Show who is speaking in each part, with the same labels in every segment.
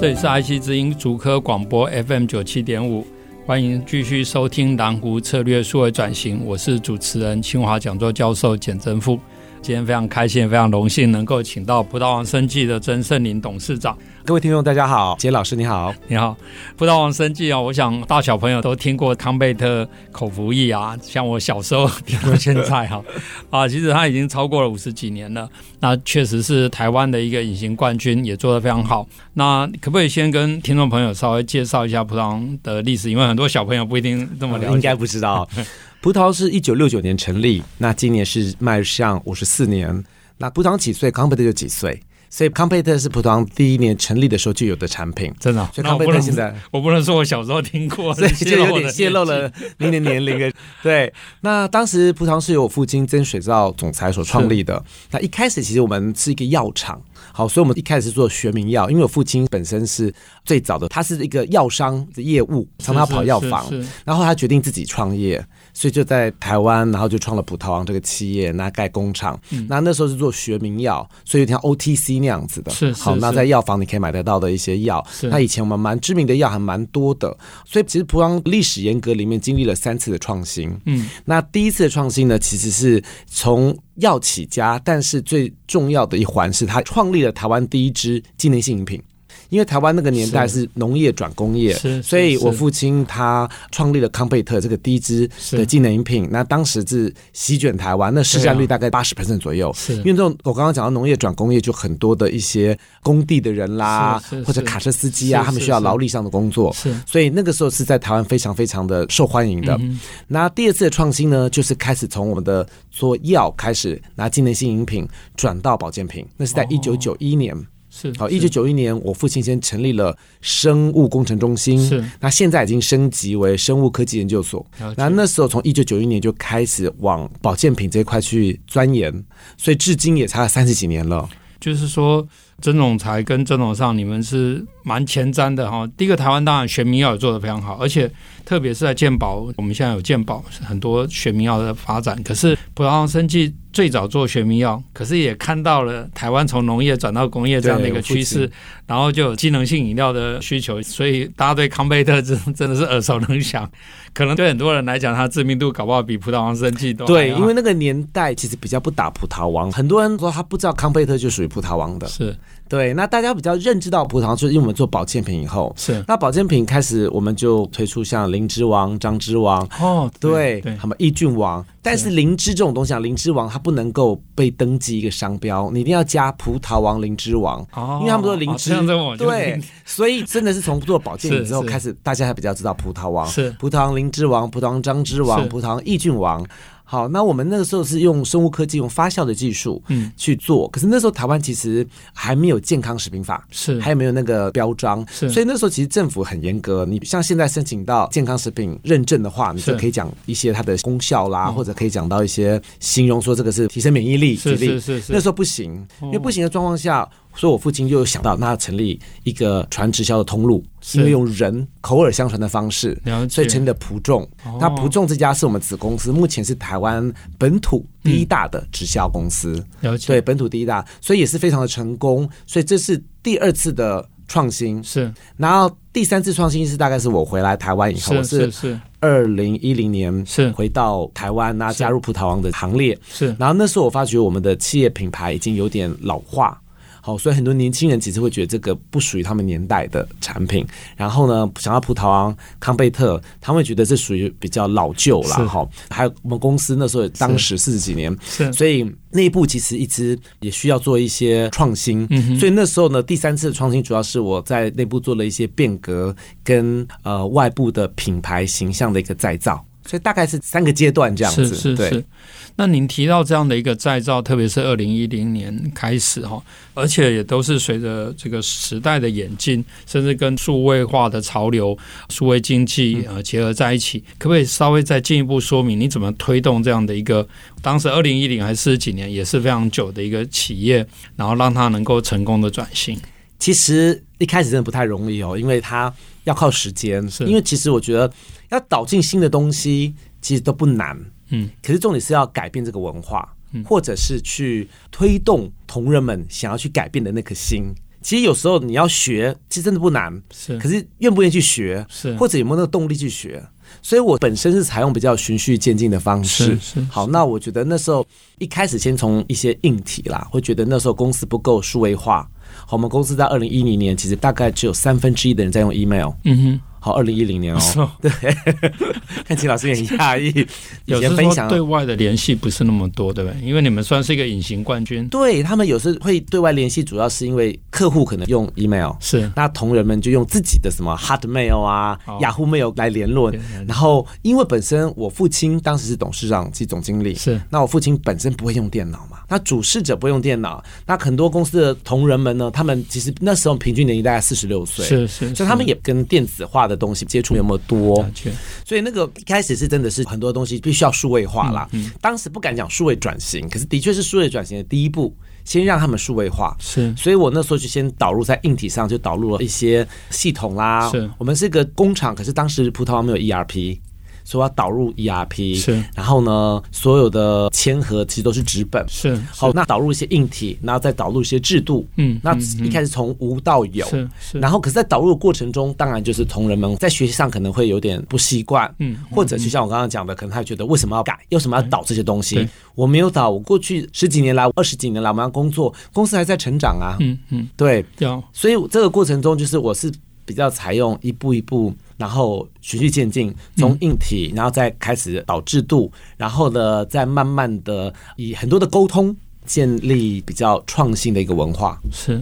Speaker 1: 这里是 IC 之音竹科广播 FM 九七点五，欢迎继续收听蓝湖策略数位转型，我是主持人清华讲座教授简真富。今天非常开心，非常荣幸能够请到葡萄王生技的曾盛林董事长。
Speaker 2: 各位听众，大家好，简老师你好，
Speaker 1: 你好，葡萄王生技啊、我想大小朋友都听过康贝特口服液啊，像我小时候听过现在 哈啊其实它已经超过了五十几年了。那确实是台湾的一个隐形冠军，也做得非常好。那可不可以先跟听众朋友稍微介绍一下葡萄王的历史？因为很多小朋友不一定这么了解。
Speaker 2: 嗯哦应该不知道，葡萄是一九六九年成立，那今年是迈向五十四年。那葡萄几岁，康贝特就几岁，所以康贝特是葡萄第一年成立的时候就有的产品，
Speaker 1: 真的啊、
Speaker 2: 所以
Speaker 1: 那
Speaker 2: 康
Speaker 1: 我
Speaker 2: 贝
Speaker 1: 不
Speaker 2: 特
Speaker 1: 能
Speaker 2: 现在。
Speaker 1: 我不能说我小时候听过，
Speaker 2: 所以就有点泄露
Speaker 1: 我的年纪。
Speaker 2: 了您的年龄了。 对，那当时葡萄是由我父亲曾水照总裁所创立的。那一开始其实我们是一个药厂，好，所以我们一开始是做学名药，因为我父亲本身是最早的，他是一个药商的业务，常常跑药房。
Speaker 1: 是是是
Speaker 2: 然后他决定自己创业，所以就在台湾，然后就创了葡萄王这个企业，那盖工厂。
Speaker 1: 嗯
Speaker 2: 那那时候是做学名药，所以有点像 OTC 那样子的。
Speaker 1: 是是
Speaker 2: 好，那
Speaker 1: 是
Speaker 2: 在药房你可以买得到的一些药
Speaker 1: 是。
Speaker 2: 那以前我们蛮知名的药还蛮多的，所以其实葡萄王历史严格里面经历了三次的创新。
Speaker 1: 嗯，
Speaker 2: 那第一次的创新呢，其实是从药起家，但是最重要的一环是他创立了台湾第一支机能性饮品。因为台湾那个年代
Speaker 1: 是
Speaker 2: 是农业转工业
Speaker 1: 是，是
Speaker 2: 所以我
Speaker 1: 是
Speaker 2: 父亲他创立了康贝特这个第一支的
Speaker 1: 是
Speaker 2: 技能饮品。那当时是席卷台湾，那市占率大概八十 percent 左右。
Speaker 1: 啊是
Speaker 2: 因为这种我刚刚讲到农业转工业，就很多的一些工地的人啦
Speaker 1: 是是，
Speaker 2: 或者
Speaker 1: 是
Speaker 2: 卡车司机啊，
Speaker 1: 是
Speaker 2: 他们
Speaker 1: 是
Speaker 2: 需要
Speaker 1: 是
Speaker 2: 劳力上的工作。
Speaker 1: 是
Speaker 2: 所以那个时候是在台湾非常非常的受欢迎
Speaker 1: 嗯
Speaker 2: 的。那第二次的创新呢，就是开始从我们的做药开始，拿机能性饮品转到保健品，那是在
Speaker 1: 哦
Speaker 2: 一九九一年。
Speaker 1: 是
Speaker 2: 好，
Speaker 1: 是
Speaker 2: 一九九一年，我父亲先成立了生物工程中心，
Speaker 1: 是
Speaker 2: 那现在已经升级为生物科技研究所
Speaker 1: 了解。
Speaker 2: 那那时候从一九九一年就开始往保健品这一块去钻研，所以至今也差了三十几年了。
Speaker 1: 就是说，曾总裁跟曾总上，你们是蛮前瞻的哈。第一个，台湾当然学名药也做得非常好，而且特别是在健保，我们现在有健保很多学名药的发展。可是葡萄糖生技最早做学名药，可是也看到了台湾从农业转到工业这样的一个趋
Speaker 2: 对我
Speaker 1: 势，然后就有机能性饮料的需求，所以大家对康贝特真真的是耳熟能详。可能对很多人来讲，它知名度搞不好比葡萄糖生技都还
Speaker 2: 对，
Speaker 1: 要
Speaker 2: 因为那个年代其实比较不打葡萄王，很多人说他不知道康贝特就属于葡萄王的。
Speaker 1: 是
Speaker 2: 对，那大家比较认知到葡萄，就是因为我们做保健品以后，
Speaker 1: 是
Speaker 2: 那保健品开始我们就推出像灵芝王、张芝王。
Speaker 1: 哦，
Speaker 2: 对，
Speaker 1: 对
Speaker 2: 什么益菌王，但是灵芝这种东西啊，灵芝王它不能够被登记一个商标，你一定要加葡萄王、灵芝王，
Speaker 1: 哦
Speaker 2: 因为他们说灵
Speaker 1: 哦
Speaker 2: 芝，
Speaker 1: 这样子我就
Speaker 2: 对
Speaker 1: 明，
Speaker 2: 所以真的是从做保健品
Speaker 1: 是
Speaker 2: 之后
Speaker 1: 是
Speaker 2: 开始，大家才比较知道葡萄王
Speaker 1: 是
Speaker 2: 葡萄王灵芝王、葡萄王张芝王、
Speaker 1: 是
Speaker 2: 葡萄王益菌王。好，那我们那个时候是用生物科技、用发酵的技术，
Speaker 1: 嗯
Speaker 2: 去做。可是那时候台湾其实还没有健康食品法，
Speaker 1: 是
Speaker 2: 还有没有那个标章？
Speaker 1: 是
Speaker 2: 所以那时候其实政府很严格。你像现在申请到健康食品认证的话，你
Speaker 1: 是嗯
Speaker 2: 就可以讲一些它的功效啦，或者可以讲到一些形容说这个是提升免疫力。
Speaker 1: 是
Speaker 2: 举例
Speaker 1: 是是哦是
Speaker 2: 那时候不行，因为不行的状况下，所以我父亲就想到，那要成立一个传直销的通路，
Speaker 1: 是
Speaker 2: 因为用人口耳相传的方式
Speaker 1: 了，解
Speaker 2: 所以成立了葡众
Speaker 1: 哦。
Speaker 2: 那葡众这家是我们子公司，目前是台湾本土第一大的直销公司。
Speaker 1: 了解
Speaker 2: 对，本土第一大，所以也是非常的成功，所以这是第二次的创新。
Speaker 1: 是
Speaker 2: 然后第三次创新是大概是我回来台湾以后，我
Speaker 1: 是
Speaker 2: 是
Speaker 1: 是是
Speaker 2: 二零一零年
Speaker 1: 是
Speaker 2: 回到台湾那
Speaker 1: 是
Speaker 2: 加入葡萄王的行列。
Speaker 1: 是
Speaker 2: 然后那时候我发觉我们的企业品牌已经有点老化。好，所以很多年轻人其实会觉得这个不属于他们年代的产品，然后呢，想要葡萄王、康贝特，他们会觉得这属于比较老旧啦。
Speaker 1: 是
Speaker 2: 哈。还有我们公司那时候当时四十几年，
Speaker 1: 是
Speaker 2: 所以内部其实一直也需要做一些创新。所以那时候呢，第三次的创新主要是我在内部做了一些变革跟呃外部的品牌形象的一个再造。所以大概是三个阶段这样子，
Speaker 1: 是是
Speaker 2: 对
Speaker 1: 是。那您提到这样的一个再造，特别是二零一零年开始哈，而且也都是随着这个时代的演进，甚至跟数位化的潮流、数位经济
Speaker 2: 嗯
Speaker 1: 呃结合在一起，可不可以稍微再进一步说明你怎么推动这样的一个？当时二零一零还是几年，也是非常久的一个企业，然后让它能够成功的转型。
Speaker 2: 其实一开始真的不太容易哦，因为它要靠时间。
Speaker 1: 是
Speaker 2: 因为其实我觉得要导进新的东西，其实都不难。
Speaker 1: 嗯，
Speaker 2: 可是重点是要改变这个文化，或者是去推动同仁们想要去改变的那颗心。其实有时候你要学，其实真的不难，
Speaker 1: 是
Speaker 2: 可是愿不愿意去学，
Speaker 1: 是
Speaker 2: 或者有没有那个动力去学？所以我本身是采用比较循序渐进的方式。
Speaker 1: 是是
Speaker 2: 好，那我觉得那时候一开始先从一些硬体啦，会觉得那时候公司不够数位化。好，我们公司在二零一零年其实大概只有三分之一的人在用 email。
Speaker 1: 嗯
Speaker 2: 好，二零一 零年
Speaker 1: 哼，
Speaker 2: 哦，
Speaker 1: 对，
Speaker 2: 看秦老师也很讶异，以
Speaker 1: 有
Speaker 2: 前
Speaker 1: 时
Speaker 2: 分
Speaker 1: 候
Speaker 2: 享
Speaker 1: 对外的联系不是那么多，对不对？因为你们算是一个隐形冠军，
Speaker 2: 对他们有时会对外联系，主要是因为客户可能用 email，
Speaker 1: 是
Speaker 2: 那同仁们就用自己的什么 Hotmail 啊、
Speaker 1: 哦
Speaker 2: Yahoo Mail 来联络
Speaker 1: 对对。
Speaker 2: 然后，因为本身我父亲当时是董事长及总经理，
Speaker 1: 是
Speaker 2: 那我父亲本身不会用电脑嘛，那主事者不会用电脑，那很多公司的同仁们呢，他们其实那时候平均年龄大概四十六岁，
Speaker 1: 是是，
Speaker 2: 所以他们也跟电子化的东西接触没有那么多
Speaker 1: 了。解，
Speaker 2: 所以那个一开始是真的是很多东西必须要数位化啦。
Speaker 1: 嗯
Speaker 2: 当时不敢讲数位转型，可是的确是数位转型的第一步，先让他们数位化。
Speaker 1: 是
Speaker 2: 所以我那时候就先导入在硬体上，就导入了一些系统啦。
Speaker 1: 是
Speaker 2: 我们是个工厂，可是当时葡萄牙没有 ERP。所以我要导入 ERP，
Speaker 1: 是
Speaker 2: 然后呢，所有的签合其实都是纸本，
Speaker 1: 是
Speaker 2: 好，那导入一些硬体，然后再导入一些制度，
Speaker 1: 嗯
Speaker 2: 那
Speaker 1: 嗯
Speaker 2: 一开始从无到有，
Speaker 1: 是是
Speaker 2: 然后可是，在导入的过程中，当然就是同仁们在学习上可能会有点不习惯，
Speaker 1: 嗯
Speaker 2: 或者就像我刚刚讲的，可能他觉得为什么要改，为什么要导这些东
Speaker 1: 对
Speaker 2: 西？我没有导，我过去十几年来、二十几年来，我们要工作，公司还在成长啊，
Speaker 1: 嗯嗯，
Speaker 2: 对，
Speaker 1: 要
Speaker 2: 所以这个过程中，就是我是比较采用一步一步，然后循序渐
Speaker 1: 嗯
Speaker 2: 进，从硬体，然后再开始导制度，然后呢，再慢慢的以很多的沟通建立比较创新的一个文化。
Speaker 1: 是，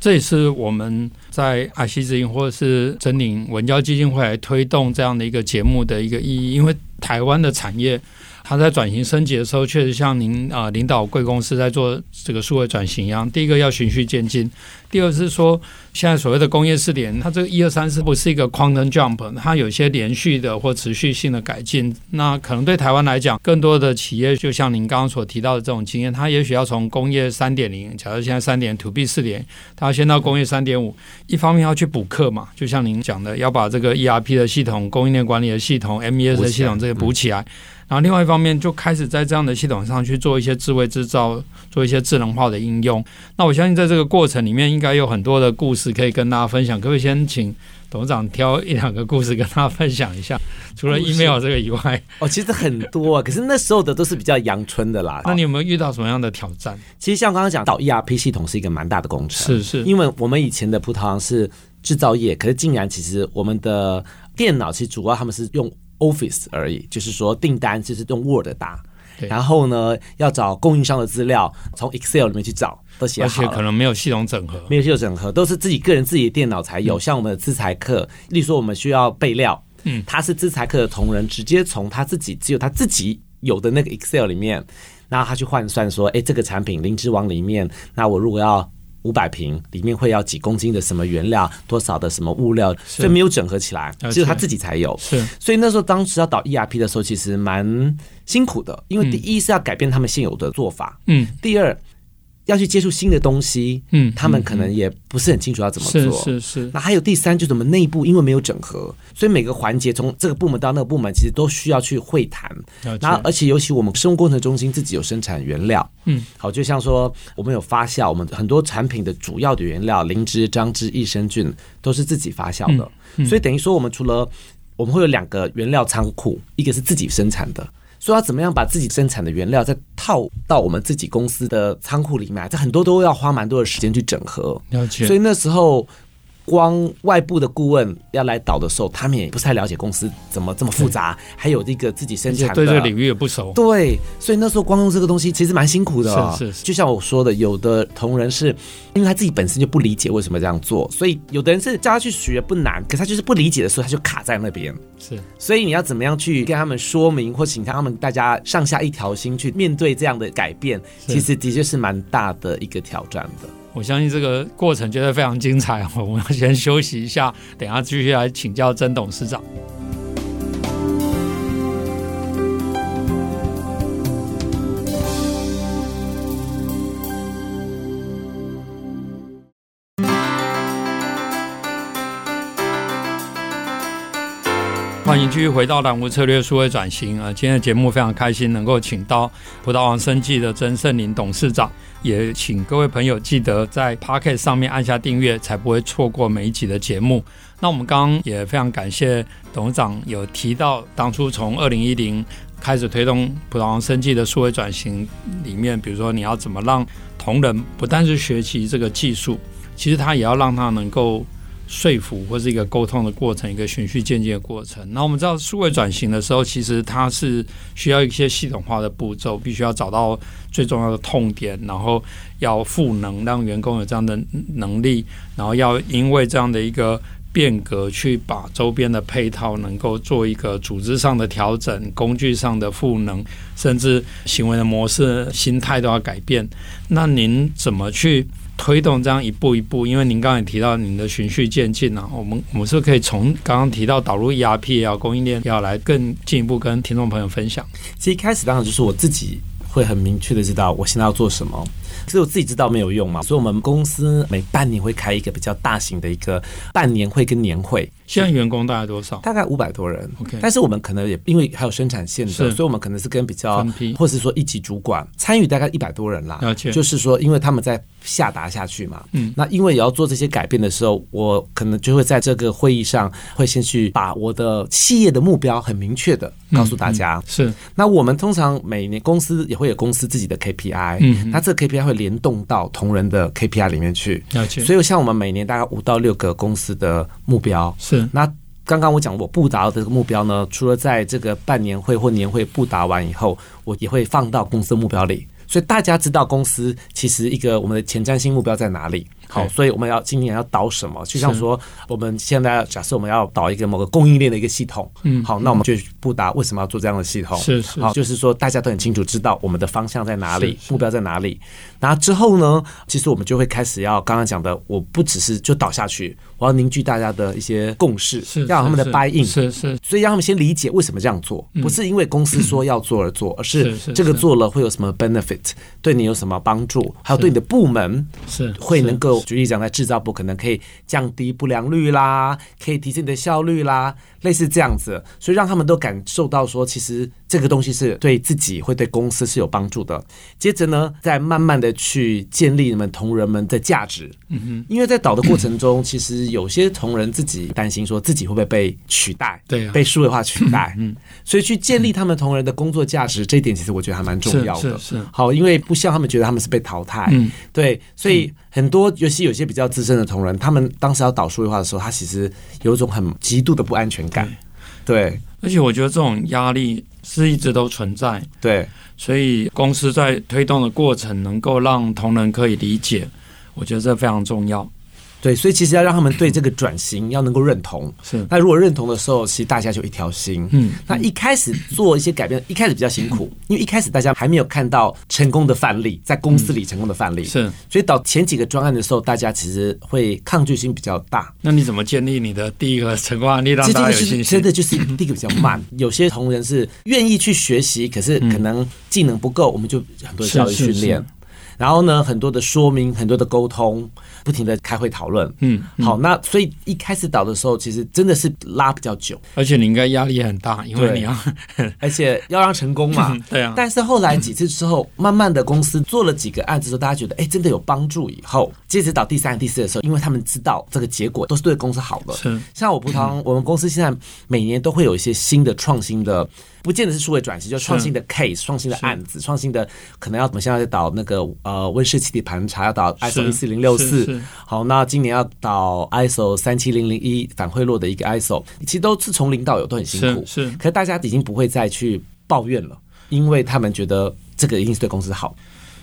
Speaker 1: 这也是我们在爱惜之音或者是真领文教基金会来推动这样的一个节目的一个意义，因为台湾的产业。它在转型升级的时候，确实像您啊、领导贵公司在做这个数位转型一样，第一个要循序渐进，第二是说现在所谓的工业四点，它这个一二三四不是一个 quantum jump，它有一些连续的或持续性的改进。那可能对台湾来讲，更多的企业就像您刚刚所提到的这种经验，它也许要从工业三点零，假如现在三点 to B 四点，它要先到工业三点五，一方面要去补课嘛，就像您讲的，要把这个 ERP 的系统、供应链管理的系统、MES 的系统这些补起来。然后另外一方面，就开始在这样的系统上去做一些智慧制造，做一些智能化的应用。那我相信在这个过程里面，应该有很多的故事可以跟大家分享。可不可以先请董事长挑一两个故事跟大家分享一下？除了
Speaker 2: 故事
Speaker 1: email 这个以外，
Speaker 2: 哦，其实很多，啊，可是那时候的都是比较阳春的啦。
Speaker 1: 那你有没有遇到什么样的挑战？
Speaker 2: 其实像刚刚讲到 ERP 系统是一个蛮大的工程，
Speaker 1: 是是
Speaker 2: 呃因为我们以前的葡萄糖是制造业，可是竟然其实我们的电脑其实主要他们是用 Office 而已，就是说订单就是用 Word 打
Speaker 1: 对，
Speaker 2: 然后呢要找供应商的资料，从 Excel 里面去找，都写
Speaker 1: 而
Speaker 2: 好
Speaker 1: 且
Speaker 2: 了。
Speaker 1: 可能没有系统整合。
Speaker 2: 没有系统整合，都是自己个人自己的电脑才有。像我们的资材课，例如说我们需要备料，
Speaker 1: 嗯
Speaker 2: 他是资材课的同仁，直接从他自己只有他自己有的那个 Excel 里面，然后他去换算说，哎，这个产品灵芝王里面，那我如果要。五百瓶里面会要几公斤的什么原料，多少的什么物料，所以没有整合起来，
Speaker 1: 了解
Speaker 2: 只有他自己才有。
Speaker 1: 是
Speaker 2: 所以那时候当时要导 ERP 的时候，其实蛮辛苦的，因为第一是要改变他们现有的做法，
Speaker 1: 嗯
Speaker 2: 第二要去接触新的东西，
Speaker 1: 嗯
Speaker 2: 他们可能也不是很清楚要怎么做。
Speaker 1: 是是是
Speaker 2: 那还有第三，就是我们内部因为没有整合，所以每个环节从这个部门到那个部门，其实都需要去会谈
Speaker 1: 了解。
Speaker 2: 然后，而且尤其我们生物工程中心自己有生产原料，
Speaker 1: 嗯，
Speaker 2: 好，就像说我们有发酵，我们很多产品的主要的原料灵芝、樟芝、益生菌都是自己发酵的，
Speaker 1: 嗯
Speaker 2: 所以等于说我们除了我们会有两个原料仓库，一个是自己生产的。所以要怎么样把自己生产的原料再套到我们自己公司的仓库里面来？这很多都要花蛮多的时间去整合。
Speaker 1: 了解
Speaker 2: 所以那时候光外部的顾问要来导的时候，他们也不太了解公司怎么这么复杂，还有这个自己生
Speaker 1: 而且
Speaker 2: 产的
Speaker 1: 对这个领域也不熟，
Speaker 2: 对，所以那时候光用这个东西其实蛮辛苦的、哦。
Speaker 1: 是是是
Speaker 2: 就像我说的，有的同仁是因为他自己本身就不理解为什么这样做，所以有的人是叫他去学不难，可是他就是不理解的时候，他就卡在那边。
Speaker 1: 是
Speaker 2: 所以你要怎么样去跟他们说明，或请他们大家上下一条心去面对这样的改变，
Speaker 1: 是
Speaker 2: 其实的确是蛮大的一个挑战的。
Speaker 1: 我相信这个过程觉得非常精彩哦。我们要先休息一下，等一下继续来请教曾董事长。欢迎继续回到蓝湖策略数位转型啊！呃今天的节目非常开心，能够请到葡萄王生技的曾盛林董事长。也请各位朋友记得在 Pocket 上面按下订阅，才不会错过每一集的节目。那我们刚刚也非常感谢董事长有提到，当初从二零一零开始推动葡萄王生技的数位转型里面，比如说你要怎么让同仁不但是学习这个技术，其实他也要让他能够。说服或是一个沟通的过程，一个循序渐进的过程。那我们知道数位转型的时候，其实它是需要一些系统化的步骤，必须要找到最重要的痛点，然后要赋能，让员工有这样的能力，然后要因为这样的一个变革，去把周边的配套能够做一个组织上的调整、工具上的赋能，甚至行为的模式、心态都要改变。那您怎么去？推动这样一步一步，因为您刚才也提到您的循序渐进啊，我们我们是不是可以从刚刚提到导入 ERP 也好，供应链也好来更进一步跟听众朋友分享。
Speaker 2: 其实一开始当然就是我自己会很明确的知道我现在要做什么，可是我自己知道没有用嘛，所以我们公司每半年会开一个比较大型的一个半年会跟年会，
Speaker 1: 现在员工大概多少？
Speaker 2: 大概五百多人。
Speaker 1: OK
Speaker 2: 但是我们可能也因为还有生产线的，
Speaker 1: 是
Speaker 2: 所以我们可能是跟比较
Speaker 1: 分批，
Speaker 2: 或是说一级主管参与大概一百多人啦。
Speaker 1: 了解
Speaker 2: 就是说，因为他们在下达下去嘛，
Speaker 1: 嗯
Speaker 2: 那因为也要做这些改变的时候，我可能就会在这个会议上会先去把我的企业的目标很明确的告诉大家。
Speaker 1: 嗯是
Speaker 2: 那我们通常每年公司也会有公司自己的 KPI，
Speaker 1: 嗯
Speaker 2: 那这个 KPI 会联动到同仁的 KPI 里面去。
Speaker 1: 了解，
Speaker 2: 所以像我们每年大概五到六个公司的目标，
Speaker 1: 是
Speaker 2: 那刚刚我讲我布达的这个目标呢，除了在这个半年会或年会布达完以后，我也会放到公司目标里。所以大家知道公司其实一个我们的前瞻性目标在哪里。好，
Speaker 1: 对
Speaker 2: 所以我们要今年要导什么？就像说我们现在假设我们要导一个某个供应链的一个系统，
Speaker 1: 嗯
Speaker 2: 好，那我们就布达为什么要做这样的系统？
Speaker 1: 是是
Speaker 2: 好，就是说大家都很清楚知道我们的方向在哪里
Speaker 1: 是，是
Speaker 2: 目标在哪里。然后之后呢，其实我们就会开始要刚刚讲的，我不只是就倒下去，我要凝聚大家的一些共识，
Speaker 1: 是
Speaker 2: 要有他们的
Speaker 1: 是
Speaker 2: buy in。
Speaker 1: 是是
Speaker 2: 所以让他们先理解为什么这样做，不是因为公 司说要做而做，而是
Speaker 1: 是是
Speaker 2: 这个
Speaker 1: 是
Speaker 2: 做了会有什么 benefit，对你有什么帮助，还有对你的部门
Speaker 1: 是
Speaker 2: 会能
Speaker 1: 是
Speaker 2: 够，举例讲，在制造部可能可以降低不良率啦，可以提升你的效率啦，类似这样子，所以让他们都感受到说，其实这个东西是对自己会对公司是有帮助的。接着呢，再慢慢的去建立你们同仁们的价值，嗯哼，因为在导的过 程中，其实有些同仁自己担心说自己会不会被取代，
Speaker 1: 对啊
Speaker 2: 被数位化取代，嗯，所以去建立他们同仁的工作价值，这一点其实我觉得还蛮重要的，
Speaker 1: 是是是
Speaker 2: 好，因为不希望他们觉得他们是被淘汰，
Speaker 1: 嗯
Speaker 2: 对，所以很多，尤其有些比较资深的同仁，他们当时要导数位化的时候，他其实有一种很极度的不安全感，对
Speaker 1: 而且我觉得这种压力是一直都存在，
Speaker 2: 对
Speaker 1: 所以公司在推动的过程能够让同仁可以理解，我觉得这非常重要。
Speaker 2: 对，所以其实要让他们对这个转型要能够认同。
Speaker 1: 是
Speaker 2: 那如果认同的时候，其实大家就一条心。
Speaker 1: 嗯，
Speaker 2: 那一开始做一些改变，一开始比较辛苦，因为一开始大家还没有看到成功的范例，在公司里成功的范例，
Speaker 1: 嗯是，
Speaker 2: 所以到前几个专案的时候，大家其实会抗拒心比较大。
Speaker 1: 那你怎么建立你的第一个成功案例，让
Speaker 2: 其实这
Speaker 1: 大家
Speaker 2: 个
Speaker 1: 有信心
Speaker 2: 是真？的就是第一个比较 慢，有些同仁是愿意去学习，可是可能技能不够，我们就很多的教育
Speaker 1: 是是
Speaker 2: 训练
Speaker 1: 是。
Speaker 2: 然后呢，很多的说明，很多的沟通，不停的开会讨论。
Speaker 1: 嗯，
Speaker 2: 好，那所以一开始导的时候，其实真的是拉比较久，
Speaker 1: 而且你应该压力也很大，因为
Speaker 2: 对
Speaker 1: 你要。
Speaker 2: 而且要让成功嘛
Speaker 1: 对啊
Speaker 2: 但是后来几次之后，慢慢的公司做了几个案子之后，大家觉得哎、真的有帮助。以后接着到第三、第四的时候，因为他们知道这个结果都是对公司好的，
Speaker 1: 是
Speaker 2: 像我葡萄，我们公司现在每年都会有一些新的创新的不见得是数位转型，就创新的 case、创新的案子、创新的可能要我们现在在导那个呃温室气体盘查，要导 ISO 一四零六
Speaker 1: 是
Speaker 2: 四
Speaker 1: 是，
Speaker 2: 好，那今年要导 ISO 三七零零一反贿赂的一个 ISO，其实都是从领导有都很辛苦，
Speaker 1: 是是
Speaker 2: 可是大家已经不会再去抱怨了，因为他们觉得这个一定是对公司好。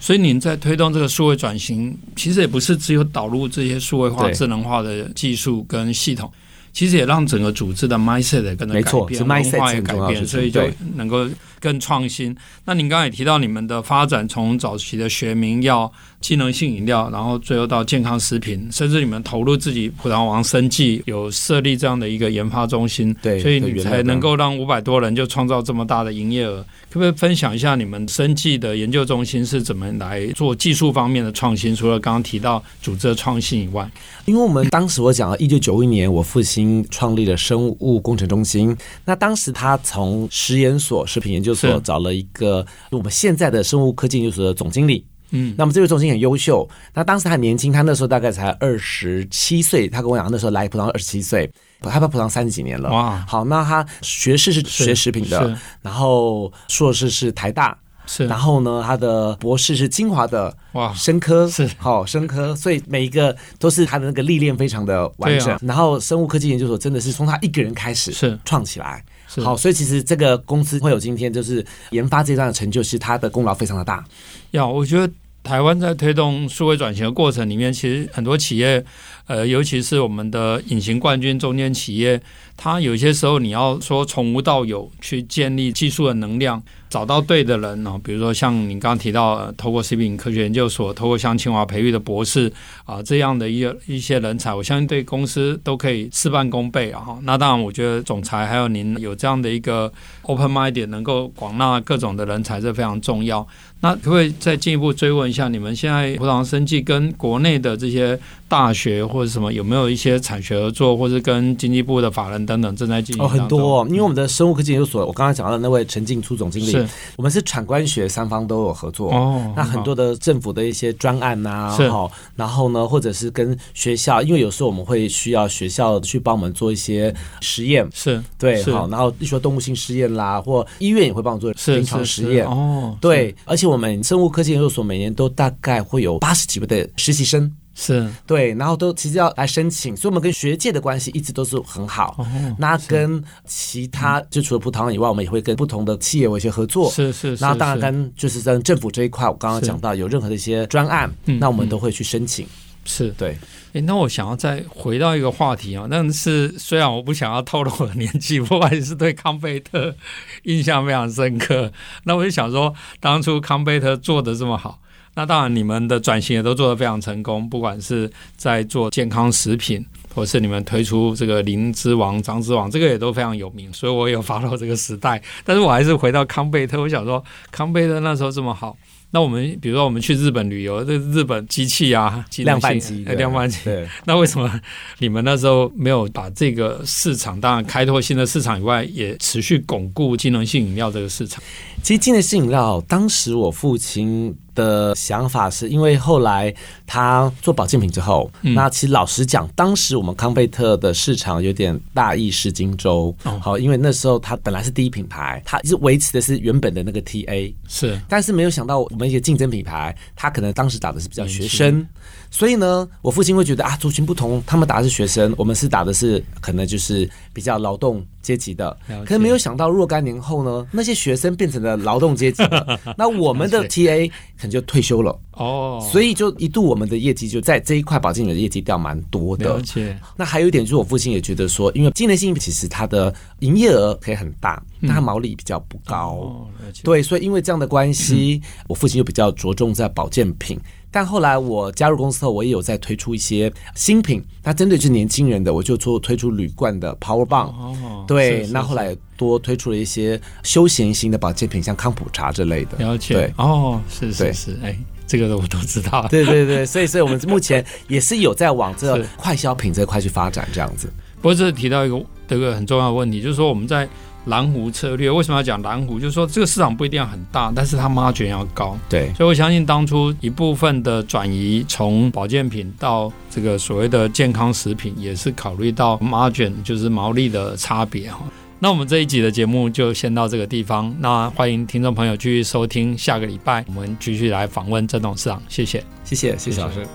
Speaker 1: 所以您在推动这个数位转型，其实也不是只有导入这些数位化、
Speaker 2: 对
Speaker 1: 智能化的技术跟系统，其实也让整个组织的 mindset 也跟着
Speaker 2: 没
Speaker 1: 改
Speaker 2: 错
Speaker 1: 变，
Speaker 2: 是
Speaker 1: 文
Speaker 2: mindset
Speaker 1: 化也
Speaker 2: 是很
Speaker 1: 改
Speaker 2: 重要的
Speaker 1: 变，
Speaker 2: 事情
Speaker 1: 所以就
Speaker 2: 对
Speaker 1: 能够更创新。那您刚才也提到你们的发展，从早期的学名药、机能性饮料，然后最后到健康食品，甚至你们投入自己葡萄王生计，有设立这样的一个研发中心，
Speaker 2: 对
Speaker 1: 所以
Speaker 2: 的
Speaker 1: 你
Speaker 2: 原
Speaker 1: 才
Speaker 2: 料
Speaker 1: 能
Speaker 2: 呢
Speaker 1: 够让五百多人就创造这么大的营业额。可不可以分享一下你们生技的研究中心是怎么来做技术方面的创新？除了刚刚提到组织的创新以外，
Speaker 2: 因为我们当时我讲了，一九九一年我复兴创立了生物工程中心。那当时他从食研所、食品研究所
Speaker 1: 是
Speaker 2: 找了一个我们现在的生物科技研究所的总经理。
Speaker 1: 嗯，
Speaker 2: 那么这位总经理很优秀。那当时他很年轻，他那时候大概才二十七岁。他跟我讲，他那时候来葡萄二十七岁，他在葡萄三十几年了。
Speaker 1: 哇
Speaker 2: 好，那他学士是学食品的
Speaker 1: 是，
Speaker 2: 然后硕士是台大，
Speaker 1: 是
Speaker 2: 然后呢，他的博士是清华的，
Speaker 1: 哇
Speaker 2: 生科
Speaker 1: 是
Speaker 2: 好、生科，所以每一个都是他的那个历练非常的完整。
Speaker 1: 对啊
Speaker 2: 然后生物科技研究所真的是从他一个人开始
Speaker 1: 是
Speaker 2: 创起来。
Speaker 1: 是
Speaker 2: 好，所以其实这个公司会有今天，就是研发这段的成就，是他的功劳非常的大。
Speaker 1: 要我觉得。台湾在推动数位转型的过程里面，其实很多企业，呃，尤其是我们的隐形冠军中间企业，它有些时候你要说从无到有去建立技术的能量，找到对的人哦，比如说像您刚刚提到，呃、透过 C B 科学研究所，透过像清华培育的博士啊、这样的一个一些人才，我相信对公司都可以事半功倍啊。哈那当然，我觉得总裁还有您有这样的一个 open mind，能够广纳各种的人才，这非常重要。那可不可以再进一步追问一下，你们现在葡萄糖生技跟国内的这些大学或者什么有没有一些产学合作，或是跟经济部的法人等等正在进行
Speaker 2: 哦，很
Speaker 1: 当中
Speaker 2: 多、哦，因为我们的生物科技研究所，我刚刚讲到的那位陈进初总经
Speaker 1: 是
Speaker 2: 理，我们是产官学三方都有合作。
Speaker 1: 哦，
Speaker 2: 那很
Speaker 1: 好
Speaker 2: 多的政府的一些专案呐、
Speaker 1: 是
Speaker 2: 好，然后呢，或者是跟学校，因为有时候我们会需要学校去帮我们做一些实验，
Speaker 1: 是
Speaker 2: 对，
Speaker 1: 是
Speaker 2: 好，然后一说动物性实验啦，或医院也会帮我做
Speaker 1: 是
Speaker 2: 临床
Speaker 1: 是
Speaker 2: 实验
Speaker 1: 是，哦，
Speaker 2: 对，而且我们生物科技研究所每年都大概会有八十几位的实习生，
Speaker 1: 是
Speaker 2: 对，然后都其实要来申请，所以我们跟学界的关系一直都是很好。
Speaker 1: 哦
Speaker 2: 那跟其他就除了葡萄以外，我们也会跟不同的企业有一些合作。
Speaker 1: 是是是，
Speaker 2: 那当然
Speaker 1: 是
Speaker 2: 跟就是跟政府这一块，我刚刚
Speaker 1: 是
Speaker 2: 讲到有任何的一些专案，
Speaker 1: 嗯
Speaker 2: 那我们都会去申请。
Speaker 1: 是
Speaker 2: 对，
Speaker 1: 诶，那我想要再回到一个话题啊，但是虽然我不想要透露我的年纪，我还是对康贝特印象非常深刻。那我就想说，当初康贝特做的这么好，那当然你们的转型也都做得非常成功，不管是在做健康食品，或是你们推出这个林之王、张之王，这个也都非常有名，所以我有 follow 这个时代。但是我还是回到康贝特，我想说，康贝特那时候这么好。那我们比如说我们去日本旅游，这日本机器啊，机能
Speaker 2: 量贩
Speaker 1: 性
Speaker 2: 机
Speaker 1: 哎，量贩机，
Speaker 2: 对。
Speaker 1: 那为什么你们那时候没有把这个市场，当然开拓新的市场以外，也持续巩固机能性饮料这个市场？
Speaker 2: 其实进的是饮料，当时我父亲的想法是因为后来他做保健品之后，
Speaker 1: 嗯
Speaker 2: 那其实老实讲，当时我们康贝特的市场有点大意失荆州。
Speaker 1: 哦
Speaker 2: 好，因为那时候它本来是第一品牌，它一直维持的是原本的那个 TA，
Speaker 1: 是
Speaker 2: 但是没有想到我们一个竞争品牌，它可能当时打的是比较学生，所以呢，我父亲会觉得啊，族群不同，他们打的是学生，我们是打的是可能就是比较劳动阶级的
Speaker 1: 了解。
Speaker 2: 可是没有想到若干年后呢，那些学生变成了劳动阶级 了，那我们的
Speaker 1: 了
Speaker 2: TA 可能就退休了，
Speaker 1: 哦，
Speaker 2: 所以就一度我们的业绩就在这一块保健品的业绩掉蛮多的
Speaker 1: 了。解
Speaker 2: 那还有一点就是，我父亲也觉得说，因为机能性其实它的营业额可以很大，但它毛利比较不高。
Speaker 1: 哦，了解
Speaker 2: 对，所以因为这样的关系，
Speaker 1: 嗯
Speaker 2: 我父亲就比较着重在保健品。但后来我加入公司后，我也有在推出一些新品，那针对是年轻人的，我就做推出铝罐的 Power 棒。
Speaker 1: 哦，
Speaker 2: 对
Speaker 1: 是，
Speaker 2: 那后来多推出了一些休闲型的保健品，像康普茶之类的。
Speaker 1: 了解
Speaker 2: 对
Speaker 1: 哦，是是
Speaker 2: 对
Speaker 1: 是，哎，这个我都知道。
Speaker 2: 对对对，所以所以我们目前也是有在往这
Speaker 1: 是
Speaker 2: 快消品这块去发展，这样子。
Speaker 1: 不过这提到一个这个很重要的问题，就是说我们在蓝湖策略为什么要讲蓝湖？就是说这个市场不一定要很大，但是它 margin 要高。
Speaker 2: 对，
Speaker 1: 所以我相信当初一部分的转移从保健品到这个所谓的健康食品，也是考虑到 margin 就是毛利的差别哈。那我们这一集的节目就先到这个地方，那欢迎听众朋友继续收听，下个礼拜我们继续来访问郑董事长，谢谢。
Speaker 2: 谢谢，谢谢老师。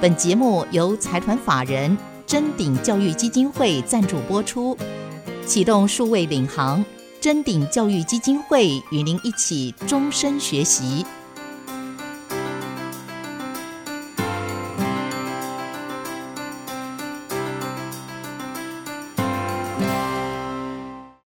Speaker 3: 本节目由财团法人真鼎教育基金会赞助播出，启动数位领航，真鼎教育基金会与您一起终身学习，